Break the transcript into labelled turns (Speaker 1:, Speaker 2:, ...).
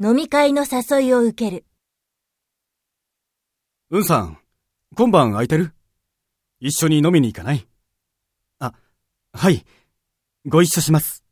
Speaker 1: 飲み会の誘いを受ける。
Speaker 2: うんさん、今晩空いてる一緒に飲みに行かないあ、はい。ご一緒します。